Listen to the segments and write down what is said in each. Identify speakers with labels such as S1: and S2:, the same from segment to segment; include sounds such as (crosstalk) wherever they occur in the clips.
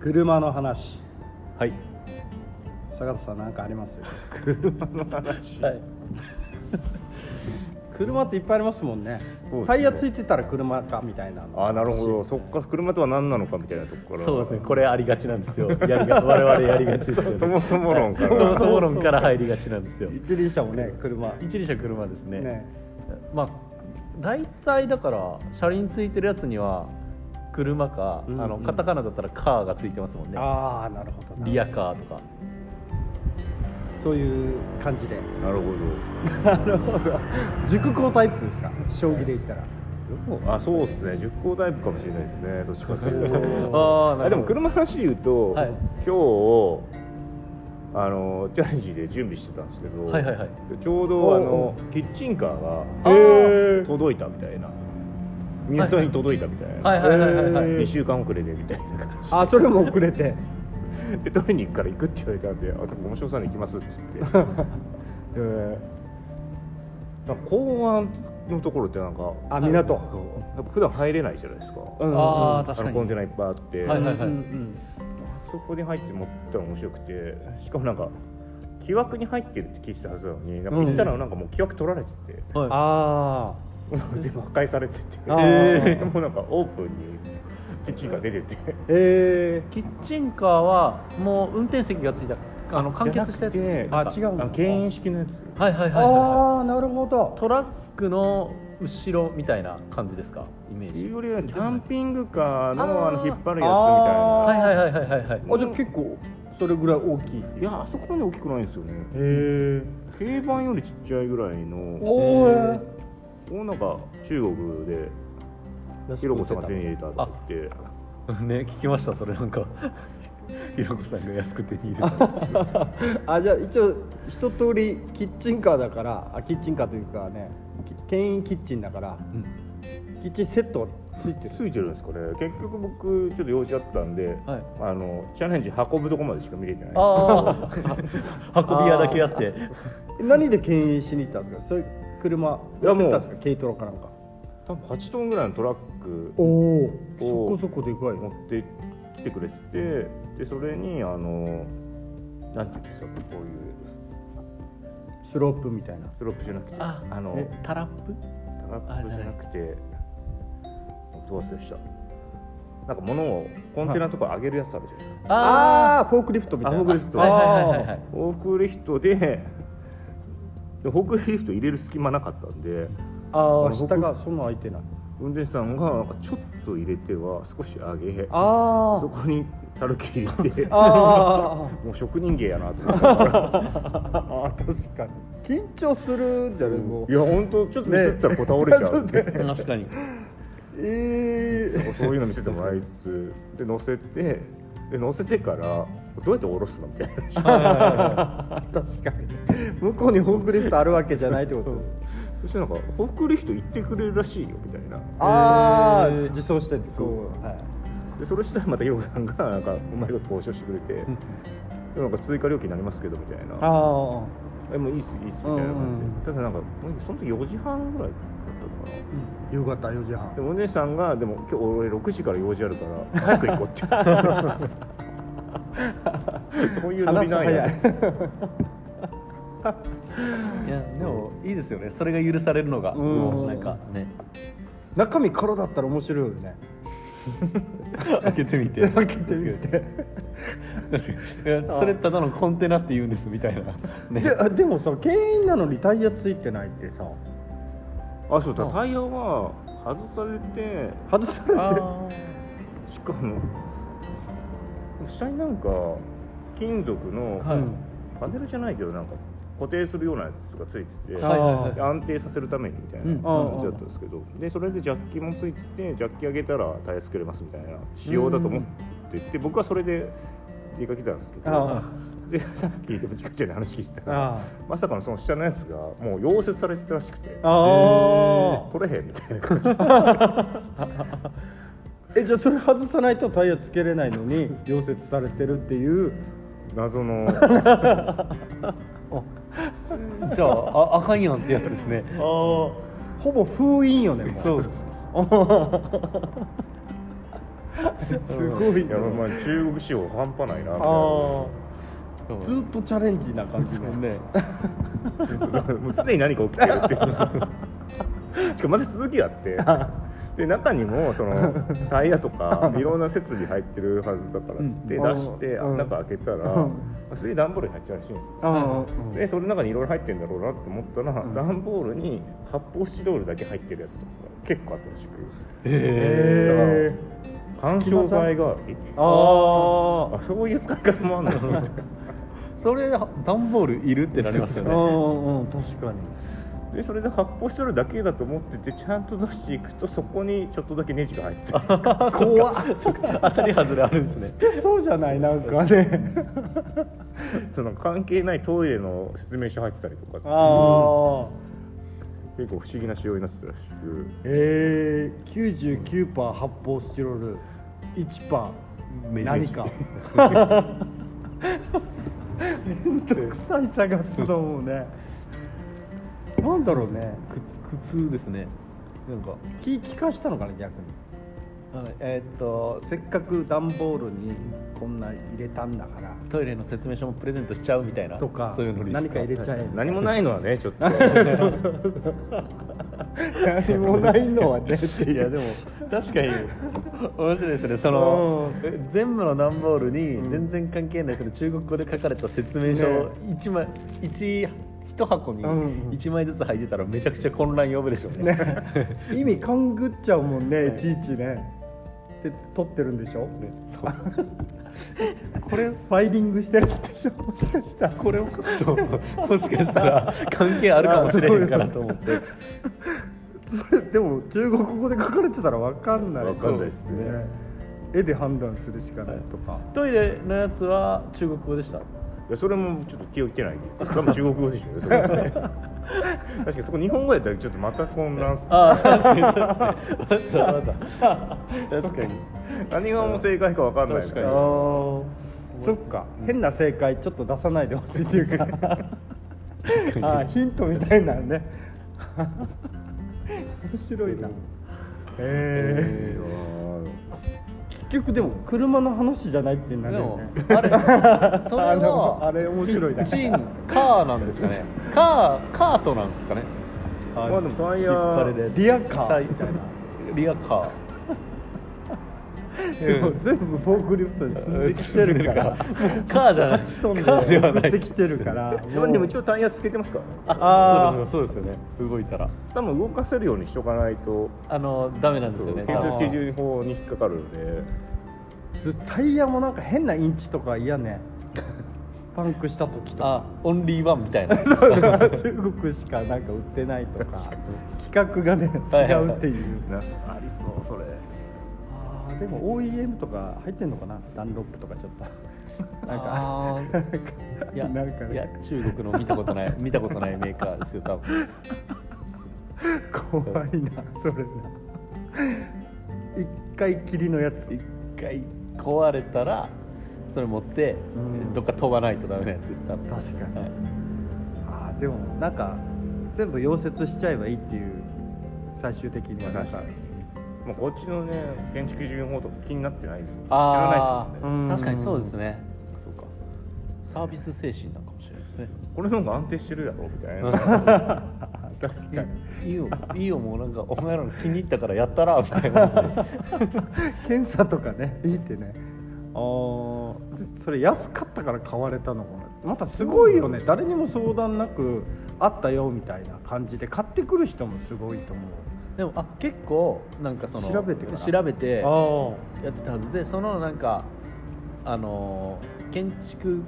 S1: 車の話
S2: はい
S1: 坂田さん何かありますよ
S2: 車の話、
S1: はい車っていっぱいありますもんね
S2: そうですね
S1: タイヤついてたら車かみたいなの
S2: ああなるほどそっから車とは何なのかみたいなとこから
S3: そうですねこれありがちなんですよやりが我々やりがちですよね
S2: (laughs) そもそも論から
S3: はいそもそも論から入りがちなんですよ
S1: 一輪車もね車
S3: 一輪車車ですね
S1: ね
S3: まあ大体だから車輪ついてるやつには車か、
S1: うん
S3: あの
S1: うん
S3: カタカナだったらカーがついてますもんね
S1: ああなるほどな
S3: リアカーとか
S1: そういう感じで
S2: なるほ
S1: なるほど熟考タイプですか将棋で言ったら
S2: どでもあそうですね熟考タイプかもしれないですねどっちかっていう
S3: (laughs)
S2: と
S3: あ
S2: あでも車の話で言うと、
S3: はい
S2: 今日あのチャレンジで準備してたんですけど、
S3: はいはいはい
S2: ちょうどあ
S1: お
S2: のキッチンカー
S3: あ
S2: が
S3: ー
S2: 届いたみたいな港に届いたみたいな、
S3: はいはいはいはいはい
S1: へー
S2: 2週間遅れでみたいな感じで
S1: あそれも遅れて
S2: で取りに行くから行くって言われたんで「あでも面白そうなの行きます」って言ってでなんか港湾のところってなんか
S1: あ港
S2: やっぱ普段入れないじゃないですか、
S1: うん
S3: あー
S2: あ
S3: 確か
S2: の
S3: に
S2: コンテナいっぱいあって、
S3: はいはいはい
S1: うん
S2: そこに入って持ったら面白くてしかもなんか木枠に入ってるって聞いてたはずなのになんか行ったらなんかもう木枠取られてて、
S1: うんあ
S2: で破壊されてて、
S1: あー
S2: もうなんかオープンにキッチンが出て
S1: ー
S2: て
S1: え
S3: キッチンカーはもう運転席がついたあの完結したやつです
S2: じゃなくて
S1: あ違うの
S2: あ牽引式のやつ
S3: はいはいはい
S1: ー、
S3: はいは
S1: ああなるほ
S3: い
S1: ど
S3: トラックの後ろみたいな感じですかイメー
S2: っていう
S3: ジ
S2: よりはキャンピングカーの
S3: あ
S2: あ
S3: ー
S2: の引っ張る
S1: あ
S3: は
S2: や
S3: いはいはいはいはいはい
S1: あじゃあ結構それぐらい大きいへ
S2: つみたいないやあそこまで大きくないんですよね
S1: え
S2: 定番よりちっちゃいぐらいの
S1: おー
S2: おなんか中国でひろこさんが手に入れたって言っ
S3: (laughs)
S2: て
S3: ね聞きましたそれなんか (laughs) ひろこさんが安く手に入れた
S1: (laughs) あじゃあ一応一通りキッチンカーだからあキッチンカーというかねき牽引キッチンだから
S3: うん
S1: キッチンセットがついてる
S2: ついてるんですかね結局僕ちょっと用事あったんで、
S3: はい
S2: あのチャレンジ運ぶとこまでしか見れてない
S3: ああ運び屋だけあって
S1: 何で牽引しに行ったんですかそういう車
S2: いやもう
S1: 持ってったんですか軽トラかなんか
S2: 多分8トンぐらいのトラック
S1: おお
S2: おー
S1: そこそこでかい
S2: 持
S1: よ
S2: ってきてくれててでそれにあのなんていうんですかこういう
S1: スロープみたいな
S2: スロップじゃなくて
S3: あ
S2: の
S1: え
S3: タラップ
S2: タラップじゃなくてどうせでしたなんか物をコンテナとか上げるやつあるじゃないですか
S3: あ
S1: あーフォークリフトみたいな
S2: あフォークリフト
S3: はいはいはいはいはい
S2: フォークリフトででフォークリフト入れる隙間なかったんで
S1: あーあー下がそんな開いてない
S2: 運転手さんがなんかちょっと入れては少し上げ
S1: あ
S2: そ
S1: ー
S2: こにたるき入れて
S1: (laughs) あー
S2: もう職人芸やなと思って
S1: あー (laughs) 確かに緊張するんじゃないもう
S2: いや本当ちょっとミスったらこう倒れちゃうって、
S3: 確かに
S1: え
S2: そういうの見せてもらいつつで乗せてで乗せてからどうやって下ろすのみたいな
S1: (laughs)
S2: 話
S1: ー、 (laughs) 確かに向こうにフォークリフトあるわけじゃないってことです
S2: そしてなんかフォークリフト行ってくれるらしいよみたいな
S1: ああ、
S3: えー
S1: 自走してってこう、はい、
S2: でそれしたらまたヨウさんがなんかうまいこと交渉してくれてでなんか追加料金になりますけどみたいな
S1: あ
S2: えもういいっすいいっすみたいな感じで、
S1: うんうん
S2: ただなんかもうその時4時半ぐらいだったのかな
S1: あ夕方4時半
S2: でもお姉さんがでも今日俺6時から用事あるから早く行
S1: (laughs)
S2: こうってそういうノリなんや
S1: 話早い
S3: いやでもいいですよねそれが許されるのが
S1: うん
S3: もうなんかね
S1: 中身空だったら面白いよね
S3: 開けてみて開けてみてそれただのコンテナって言うんですみたいなね
S1: (laughs) であでもさ牽引なのにタイヤついてないってさ
S2: あそうだタイヤは外されて
S1: 外されて
S3: あ
S2: しかも下になんか金属の
S3: ーはい
S2: パネルじゃないけどなんか固定するようなやつがついてて、
S1: はい
S3: はい
S2: で安定させるためにみたいな
S1: うん
S2: 感じだったんですけどでそれでジャッキもついててジャッキ上げたらタイヤ作れますみたいな仕様だと思ってて僕はそれで出かけたんですけど。
S1: あ
S2: でさっきでもちかちゃんに話聞いてたら
S1: あ
S2: まさかのその下のやつがもう溶接されてたらしくて
S1: ああ
S2: 取れへんみたいな感じ
S1: えじゃあそれ外さないとタイヤつけれないのに溶接されてるっていう
S2: 謎のあ
S3: じゃあああかんやんってやつですね
S1: あほぼ封印よねも
S3: そ
S1: う
S3: う
S1: あ (laughs) すごい
S2: いやまあ中国仕様半端ないなみたい
S1: あ
S2: な
S3: そう
S1: あずっとチャレンジな感じですね
S2: (laughs) もう常に何か起きてるっていう
S1: (laughs)
S2: しかもまだ続きがあってで中にもそのタイヤとかいろんな設備入ってるはずだからっつって出
S1: うん
S2: して
S1: うん
S2: 中開けた
S1: う
S2: らすげえ段ボールに入っちゃうらしいんですよ
S1: あ
S2: でそれの中にいろいろ入ってるんだろうなって思ったら
S1: うん
S2: 段ボールに発泡スチロールだけ入ってるやつとか結構あったらしく
S3: へ
S1: え
S2: 緩衝材代わり
S1: ああ
S2: あそういう使い方もあるんだみたいな
S3: それ段ボールいるってなりますよ
S1: う
S3: ね
S1: んうん確かに
S2: でそれで発泡スチロールだけだと思っててちゃんと出していくとそこにちょっとだけネジが入ってた
S1: 怖っ
S3: 当たり外れあるんですね
S1: そうじゃないなんかね
S2: その関係ないトイレの説明書入ってたりとか
S1: ああ
S2: 結構不思議な仕様になってたらしく
S1: ええ99パー発泡スチロール1パー何か面倒くさい探すのもねなんだろうね
S3: 苦痛ですねなんか
S1: 気利かしたのかな逆にあのえーっとせっかく段ボールにこんな入れたんだから
S3: トイレの説明書もプレゼントしちゃうみたいな
S1: とか
S3: そういうのに
S1: 何か入れちゃえ
S2: 何もないのはねち
S3: (laughs)
S2: ょっと
S1: (laughs) 何も (laughs) ないのはねって
S3: いやでも確かに面白いですねその
S1: う
S3: え全部の段ボール
S1: う
S3: に
S1: ん
S3: 全然関係ないその中国語で書かれた説明書を一枚一一箱に
S1: うん
S3: 1枚ずつ入ってたらめちゃくちゃ混乱呼ぶでしょうね
S1: 意味勘ぐっちゃうもんねいちいちねで撮ってるんでしょ
S3: そう
S1: (laughs) これファイリングしてるんでしょ (laughs) もしかしたら
S3: これをそうもしかしたら関係あるかもしれへんからと思って
S1: (laughs) それでも中国語で書かれてたらわかんない
S2: わかんないですね
S1: 絵で判断するしかないとか、
S3: トイレのやつは中国語でした
S2: いやそれもちょっと気を引け
S3: (laughs)
S2: ない多分中国語でしょうねそれはね確かにそこ日本語やったらちょっとまた混乱する
S3: ああ確かにそうですねわざわざ (laughs) 確かに
S2: 何がもう正解かわかんないみたい
S1: あ
S2: な
S3: 確か
S1: ーそっか、変な正解ちょっと出さないでほしいっていうかあーヒントみたいなのね面白いなえ
S2: いやー
S1: ー結局でも車の話じゃないってなる
S3: で
S1: よ
S3: も
S1: ね、
S3: あれ、それ
S1: あの
S3: は、
S1: あれ面白いな
S3: キッチンカーなんですかね。カー、カートなんですかね。
S2: まあでもタイ
S3: 引っ張れ
S2: ヤ
S3: で
S1: リアカ
S3: タ
S1: ー
S3: イ
S1: みたいな
S3: リアカ
S1: でも
S3: ー。
S1: 全部フォークリフトで積んできてるから
S3: もう (laughs) カーじゃない。カ
S1: 飛んで
S3: ーではない。
S1: 送ってきてるから
S2: でもでも一応タイヤつけてますから
S1: あー
S3: あ、そうですよね。動いたら、
S2: 多分動かせるようにしとかないと
S3: あの、ダメなんですよね。
S2: 建
S1: そう
S2: 設基準法に引っかかるので
S1: タイヤもなんか変なインチとか嫌ねパンクした時と
S3: あ、
S1: か
S3: オンリーワンみたいな。
S1: (laughs) 中国しかなんか売ってないとか企画がね違うっていう、
S2: ありそうそれ
S1: あーでも OEM とか入ってんのかなダンロップとかちょっとなんか
S3: あーいや
S1: (laughs) なんかね
S3: いや中国の見たことない見たことないメーカーですよ多分
S1: 怖いなそれな一回きりのやつ
S3: 一回壊れたらそれ持って、
S1: うん
S3: どっか飛ばないとダメなやつです多分
S1: 確か
S3: は
S1: に
S3: い
S1: あーでもなんか全部溶接しちゃえばいいっていう最終的にはなんか
S2: まあ、こっちのね建築基準法とか気になってないですよ知ら
S3: あ
S2: ないです
S1: ー
S2: もんね
S1: うん
S3: 確かにそうですねそうかサービス精神なんかもしれないですね
S2: これの方が安定してるやろみたいな
S1: (laughs)
S2: 確かに
S3: いいよいいよもうなんかお前らの気に入ったからやったらみたいな
S1: (laughs) 検査とかねいいってねあーそそれ安かったから買われたのかなまたすごいよね誰にも相談なくあったよみたいな感じで買ってくる人もすごいと思
S3: (laughs) でもあ結構なんかその
S1: 調べてから
S3: 調べて
S1: う
S3: やってたはずでそのなんかあのー建築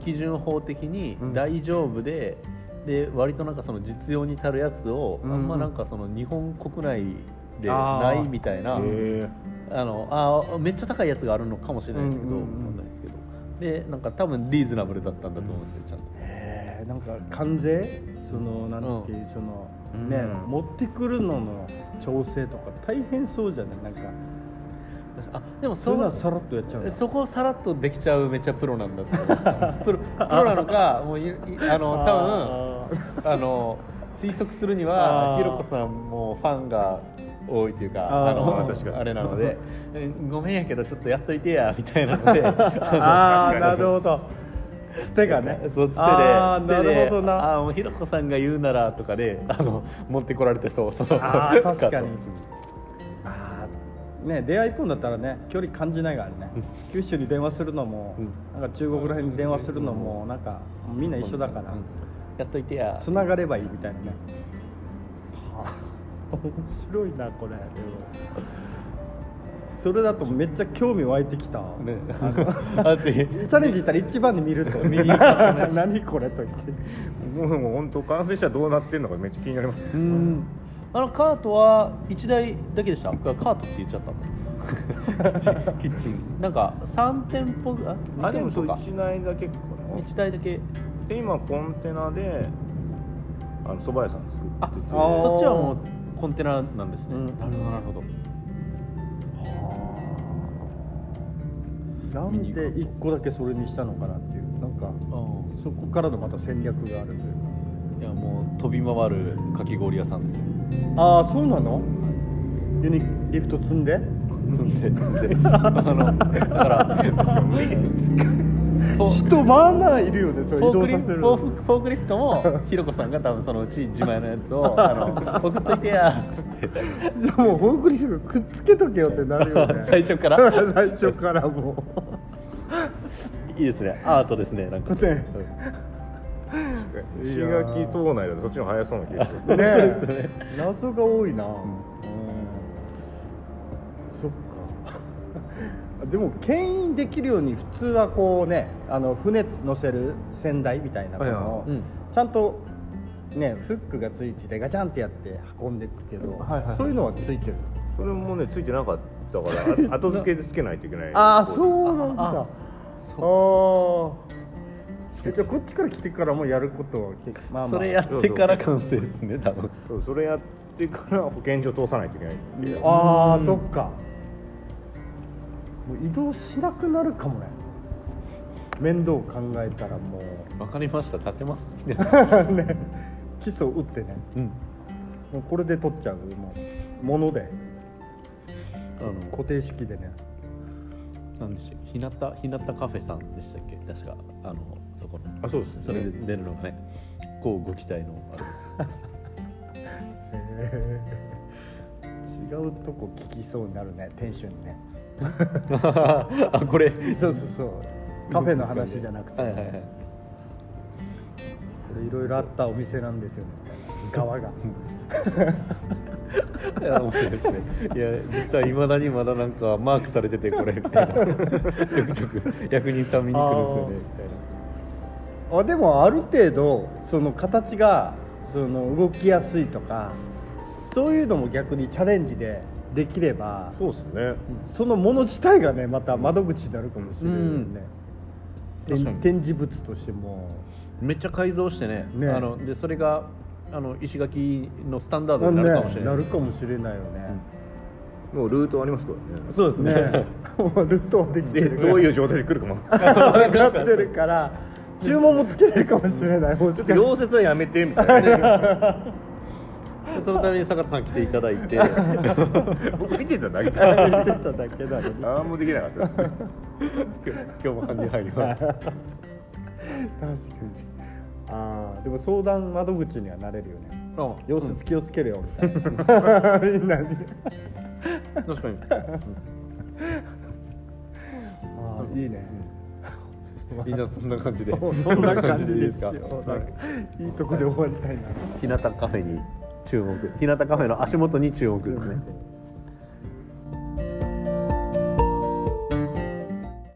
S3: 基準法的に
S1: うん
S3: 大丈夫で、で割となんかその実用に足るやつを、
S1: うん
S3: あんまなんかその日本国内でないみたいな
S2: (laughs) へ
S3: あのあーめっちゃ高いやつがあるのかもしれないですけど、
S1: うん
S3: わ
S1: うんうん
S3: かんないですけどでなんか多分リーズナブルだったんだと思うんですよちゃんと
S1: あへえんか関税そのなんていう、そのね、
S2: うん
S1: 持ってくるのの調整とか大変そうじゃないなんか
S3: あでも
S1: そ
S3: そ
S1: んな
S3: の
S1: のさらっとやっちゃうの
S3: そこをさらっとできちゃうめっちゃプロなんだと
S1: (laughs)
S3: 思いますプロプロなのかもういいあの多分
S1: あ
S3: (laughs)
S1: ー
S3: あの推測するに
S1: あ
S3: は
S1: ー
S3: ひろこさんもファンが多いというか
S1: あー
S3: あの
S2: 確かに
S3: あれなの
S1: (laughs)
S3: でえごめんやけどちょっとやっといてやみたいなので (laughs)
S1: ああ
S2: 確か
S1: な
S2: に
S1: るほどつてがね
S3: そうつてで
S1: ああ
S3: つ
S1: な
S3: てで
S1: るほどな
S3: あーもうひろこさんが言うならとかであの持ってこられてそうその
S1: あー確かに
S3: カッ
S1: あーね出会いっ子だったらね距離感じないからね九州に電話するのも、なんか中国らへんに電話するのも、なんかみんな一緒だから
S3: うんトやっといてや
S1: つな、がればいいみたいなね面白いなこれそれだとめっちゃ興味湧いてきた、
S3: ね、
S1: (laughs)
S3: (laughs) あつい
S1: チャレンジ行ったら一番に (laughs) 見ると
S3: 見に行ったね
S1: 何これと言って
S2: もうもう本当完成したらどうなってんのかめっちゃ気になります
S1: うん
S3: あのカートは1台だけでした僕はカートって言っちゃっ
S1: (laughs)
S3: たもんキッチンキッチンなんか3店舗ぐあ
S2: あ
S3: 2
S2: でも
S3: 店
S2: そ
S3: 舗
S2: う
S3: か
S2: 1内だけかな
S3: 1台だけ
S2: で今コンテナであの蕎麦屋さん作
S3: あ
S2: ってて
S1: あー
S3: そっちはもうコンテナなんですね、
S1: うん
S3: なるほどなるほど
S1: なんで一個だけそれにしたのかなっていうなんかそこからのまた戦略があるという
S3: いやもう飛び回るかき氷屋さんですよ
S1: かああそうなのユニリフト積んで
S3: 積んで積んであのだから
S2: 無理
S3: フォー
S1: 人まあまあいるよねそれ
S3: フォー
S1: 移動
S3: クリ
S1: さ
S3: フ
S1: せる
S3: フォークフォークリフトもひろこさんが多分そのうち自前のやつをあの送っといてやっつって
S1: じゃあもうフォークリフトくっつけとけよってなるよね
S3: 最初から
S1: (laughs) 最初からも
S3: いいですねアートですねなんか
S1: ね
S2: 石垣島内だとそっちの方が早そうな気がします
S3: そう
S1: うね
S3: ですね
S1: 謎が多いな、うんそっか (laughs) でも牽引できるように普通はこうねあの船乗せる船台みたいなものを、
S3: はいはいうん
S1: ちゃんとねフックがついててガチャンってやって運んでいくけど、
S3: はいはい
S1: そういうのはついてる
S2: (laughs) それもねついてなかったからあ後付けでつけないといけない
S1: ああそうなんだ
S3: あ
S1: あ
S3: あ
S1: あーえじゃあこっちから来てからもやることは結構まあまあ
S3: それやってから完成ですね多分
S2: そうそれやってから保健所通さないといけない
S1: ああそっかもう移動しなくなるかもね面倒考えたらも
S3: わかりました立てますみたいな
S1: う (laughs) ね基礎打ってね
S3: うん
S1: もうこれで取っちゃうもうもので
S3: あの
S1: 固定式でね
S3: なんでしょうひなたひなたカフェさんでしたっけ確かあのそこの
S2: あそうですね
S3: それで出るのがねこうご期待のあれです
S1: へー違うとこ聞きそうになるね店主にね
S3: (laughs) あこれ
S1: そうそうそうカフェの話じゃなくて、
S3: はいはいはい
S1: これいろいろあったお店なんですよね側が
S3: いや面白いですねいや実はいまだにまだなんかマークされててこれみたいなちょくちょく役人さん見に来るんですよねみたいな
S1: あでもある程度その形がその動きやすいとかそういうのも逆にチャレンジでできれば
S2: そうですね
S1: そのもの自体がねまた窓口になるかもしれないよね、
S3: うん
S1: 展
S3: 確かに
S1: 展示物としても
S3: めっちゃ改造してね
S1: ね
S3: あのでそれがあの石垣のスタンダードになるかもしれない、
S1: ねるかもしれないよね、
S2: もうルートありますからね
S3: そうですね
S1: ねもうルートはできて
S2: で
S1: る
S2: ど
S1: (laughs)
S2: ういう状態で来るかも
S1: 分かってるから注文もつけれるかもしれないもし
S2: ちょっ
S1: か
S2: と
S1: し
S2: 溶接はやめてみたい
S3: (laughs)
S2: なね
S3: でそのために坂田さん来ていただい (laughs) て
S2: 僕見てただ
S3: (laughs)
S2: け
S1: たら言ってた (laughs) だけだろうね
S2: 何もできなかったです
S3: 今日も半に入ります
S1: 確かにああでも相談窓口にはなれるよね
S3: よ
S1: 様子気をつけるよみたいなみんな (laughs) に
S3: 確かに
S1: ああいいね
S3: みんな (laughs) そんな感じで
S1: (laughs) そんな感じですよ
S3: そんな感じでいいですか
S1: いいとこで終わりたいな
S3: 日向カフェに注目日向カフェの足元に注目ですね